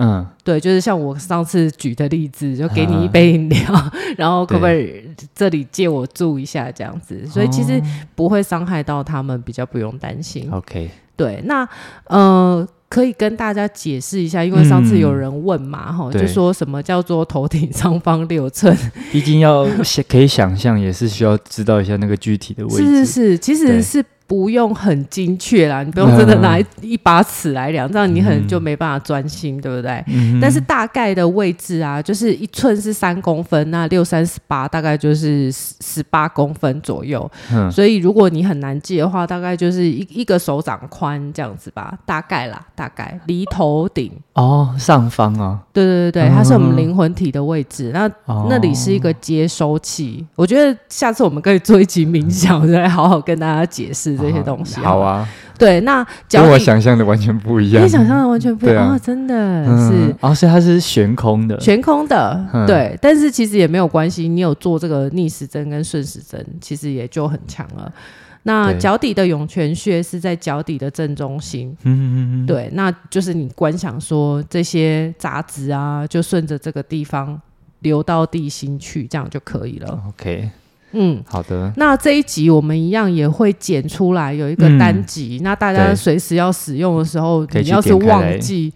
Speaker 2: 嗯，
Speaker 1: 对，就是像我上次举的例子，就给
Speaker 2: 啊
Speaker 1: 你一杯饮料， 然后可不可以这里借我住一下这样子？所以其
Speaker 2: 哦
Speaker 1: 实不会伤害到他们，比较不用担心。
Speaker 2: OK，
Speaker 1: 对，那呃，可以跟大家解释一下，因为上次有人问嘛，哈、
Speaker 2: 嗯对
Speaker 1: 就说什么叫做头顶上方六寸？
Speaker 2: 毕竟要想可以想象，也是需要知道一下那个具体的 位置。
Speaker 1: 是是是，其实
Speaker 2: 对嗯
Speaker 1: 是不用很精确啦，你不用真的拿一一把尺来量，这样你很就没办法专心，对不对？
Speaker 2: 嗯
Speaker 1: 但是大概的位置啊，就是一寸是三公分，那六三十八大概就是十十八公分左右。
Speaker 2: 嗯
Speaker 1: 所以如果你很难记的话，大概就是一一个手掌宽这样子吧，大概啦，大概离头顶。
Speaker 2: 哦，上方哦，
Speaker 1: 对对对对，
Speaker 2: 嗯
Speaker 1: 它是我们灵魂体的位置。那
Speaker 2: 哦
Speaker 1: 那里是一个接收器，我觉得下次我们可以做一集冥想，我再来好好跟大家解释这些东西。
Speaker 2: 好
Speaker 1: 了，
Speaker 2: 啊，
Speaker 1: 对，那脚
Speaker 2: 跟我
Speaker 1: 底
Speaker 2: 想象的完全不一样。
Speaker 1: 跟想象的完全不一
Speaker 2: 对
Speaker 1: 样，
Speaker 2: 啊
Speaker 1: 哦真的
Speaker 2: 嗯
Speaker 1: 是。
Speaker 2: 哦，所以它是悬空的，
Speaker 1: 悬空的，
Speaker 2: 嗯
Speaker 1: 对，但是其实也没有关系，你有做这个逆时针跟顺时针，其实也就很强了。那
Speaker 2: 对
Speaker 1: 脚底的涌泉穴是在脚底的正中心，
Speaker 2: 嗯嗯嗯，嗯，
Speaker 1: 对，那就是你观想说这些杂质啊，就顺着这个地方流到地心去，这样就可以
Speaker 2: 哦
Speaker 1: 了。
Speaker 2: OK，
Speaker 1: 嗯，
Speaker 2: 好的，
Speaker 1: 那这一集我们一样也会剪出来有一个单集，那大家
Speaker 2: 嗯对
Speaker 1: 随时要使用的时候，
Speaker 2: 可以
Speaker 1: 你
Speaker 2: 去
Speaker 1: 要是
Speaker 2: 点开
Speaker 1: 忘
Speaker 2: 来
Speaker 1: 记。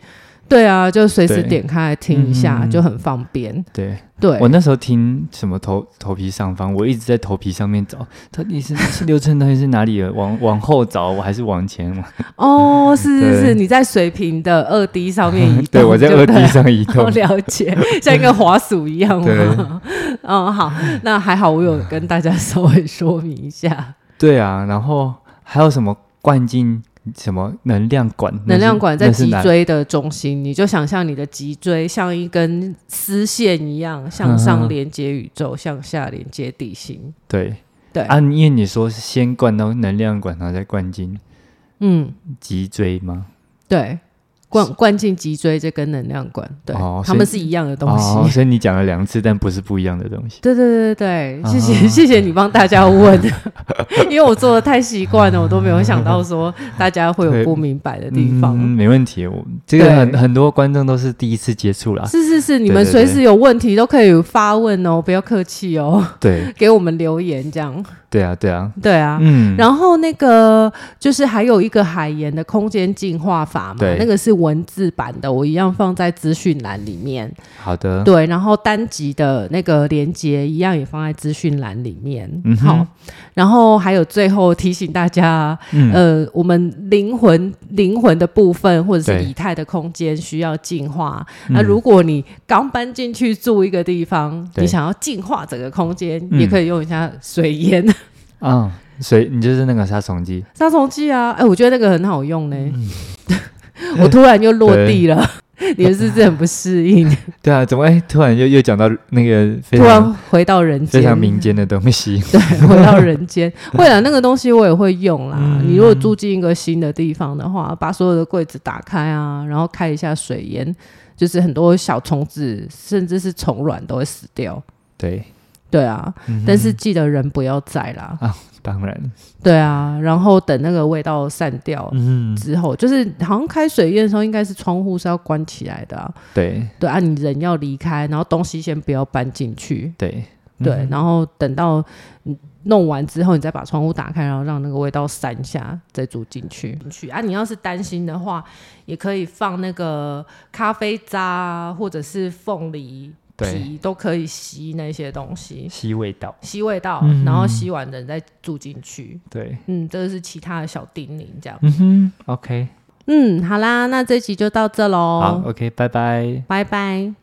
Speaker 1: 对啊，就随时点开来听一下，
Speaker 2: 嗯
Speaker 1: 就很方便。
Speaker 2: 对
Speaker 1: 对
Speaker 2: 我，那时候听什么头头皮上方，我一直在头皮上面找，到底是 是刘春到底是哪里了？往往后找，我还是往前往？
Speaker 1: 哦，是是
Speaker 2: 对
Speaker 1: 是，你在水平的二 D 上面移动，
Speaker 2: 对，我在二
Speaker 1: 不对
Speaker 2: D 上移
Speaker 1: 我
Speaker 2: 动。
Speaker 1: 了 解，像一个滑鼠一样
Speaker 2: 对
Speaker 1: 吗？嗯，好，那还好，我有跟大家 稍微说明一下，
Speaker 2: 对啊，然后还有什么灌进什么能量管？那
Speaker 1: 能
Speaker 2: 是
Speaker 1: 量管在
Speaker 2: 那是
Speaker 1: 脊
Speaker 2: 哪
Speaker 1: 椎的中心，你就想象你的脊椎像一根丝线一样，向上
Speaker 2: 嗯
Speaker 1: 连接宇宙，向下连接地心。
Speaker 2: 对
Speaker 1: 对，
Speaker 2: 啊，因为你说是先灌到能量管，然后再灌进
Speaker 1: 嗯，
Speaker 2: 脊椎吗？
Speaker 1: 对，灌灌进脊椎这根能量管，对
Speaker 2: 哦，
Speaker 1: 它
Speaker 2: 所以
Speaker 1: 们是一样的东西。
Speaker 2: 哦，所以你讲了两次，但不是不一样的东西。
Speaker 1: 对对对对，谢
Speaker 2: 啊
Speaker 1: 谢谢谢你帮大家问，因为我做的太习惯了，我都没有想到说大家会有不明白的地方。
Speaker 2: 嗯，没问题。我这个
Speaker 1: 对
Speaker 2: 很很多观众都是第一次接触啦。
Speaker 1: 是是是，你
Speaker 2: 对
Speaker 1: 们
Speaker 2: 对
Speaker 1: 随
Speaker 2: 对
Speaker 1: 时有问题都可以发问哦，不要客气哦，
Speaker 2: 对
Speaker 1: 给我们留言这样。
Speaker 2: 对啊，对啊。
Speaker 1: 对啊，
Speaker 2: 嗯，
Speaker 1: 然后那个就是还有一个海盐的空间净化法嘛
Speaker 2: 对，
Speaker 1: 那个是文字版的，我一样放在资讯栏里面。
Speaker 2: 好的。
Speaker 1: 对，然后单集的那个连接一样也放在资讯栏里面。
Speaker 2: 嗯哼
Speaker 1: 好，然后还有最后提醒大家，
Speaker 2: 嗯
Speaker 1: 呃，我们灵魂灵魂的部分或者
Speaker 2: 对
Speaker 1: 是以太的空间需要净化。
Speaker 2: 嗯
Speaker 1: 那、如果你刚搬进去住一个地方，
Speaker 2: 对
Speaker 1: 你想要净化整个空间，
Speaker 2: 嗯
Speaker 1: 也可以用一下水淹
Speaker 2: 啊，所以你就是那个杀虫剂。
Speaker 1: 杀虫剂啊。哎，我觉得那个很好用呢。
Speaker 2: 嗯
Speaker 1: 我突然又落地了， 你们是不是很不适应？
Speaker 2: 对啊，怎么哎，突然又又讲到那个 非
Speaker 1: 突然
Speaker 2: 常
Speaker 1: 回到人间，
Speaker 2: 非常民间的东 西。
Speaker 1: 对，回到 人间。会啊，那个东西我也会用啦。
Speaker 2: 嗯
Speaker 1: 你如果住进一个新的地方的话，把所有的柜子打开啊，然后开一下水淹，就是很多小虫子甚至是虫卵都会死掉。
Speaker 2: 对，
Speaker 1: 对啊，
Speaker 2: 嗯
Speaker 1: 但是记得人不要在啦。
Speaker 2: 当然，
Speaker 1: 对啊，然后等那个味道散掉。
Speaker 2: 嗯，
Speaker 1: 之后就是好像开水淹的时候，应该是窗户是要关起来的、啊，
Speaker 2: 对
Speaker 1: 对啊，你人要离开，然后东西先不要搬进去，
Speaker 2: 对
Speaker 1: 对，然后等到你弄完之后，你再把窗户打开，然后让那个味道散下，再煮进去。去啊，你要是担心的话，也可以放那个咖啡渣啊或者是凤梨
Speaker 2: 对，
Speaker 1: 皮，都可以吸那些东西，
Speaker 2: 吸味道。
Speaker 1: 吸味道，
Speaker 2: 嗯
Speaker 1: 然后吸完人再煮进去。
Speaker 2: 对，
Speaker 1: 嗯，这个是其他的小叮咛，这样。
Speaker 2: 嗯哼，OK，
Speaker 1: 嗯，好啦，那这集就到这
Speaker 2: 好
Speaker 1: 喽，
Speaker 2: ，OK，拜拜。
Speaker 1: 拜拜。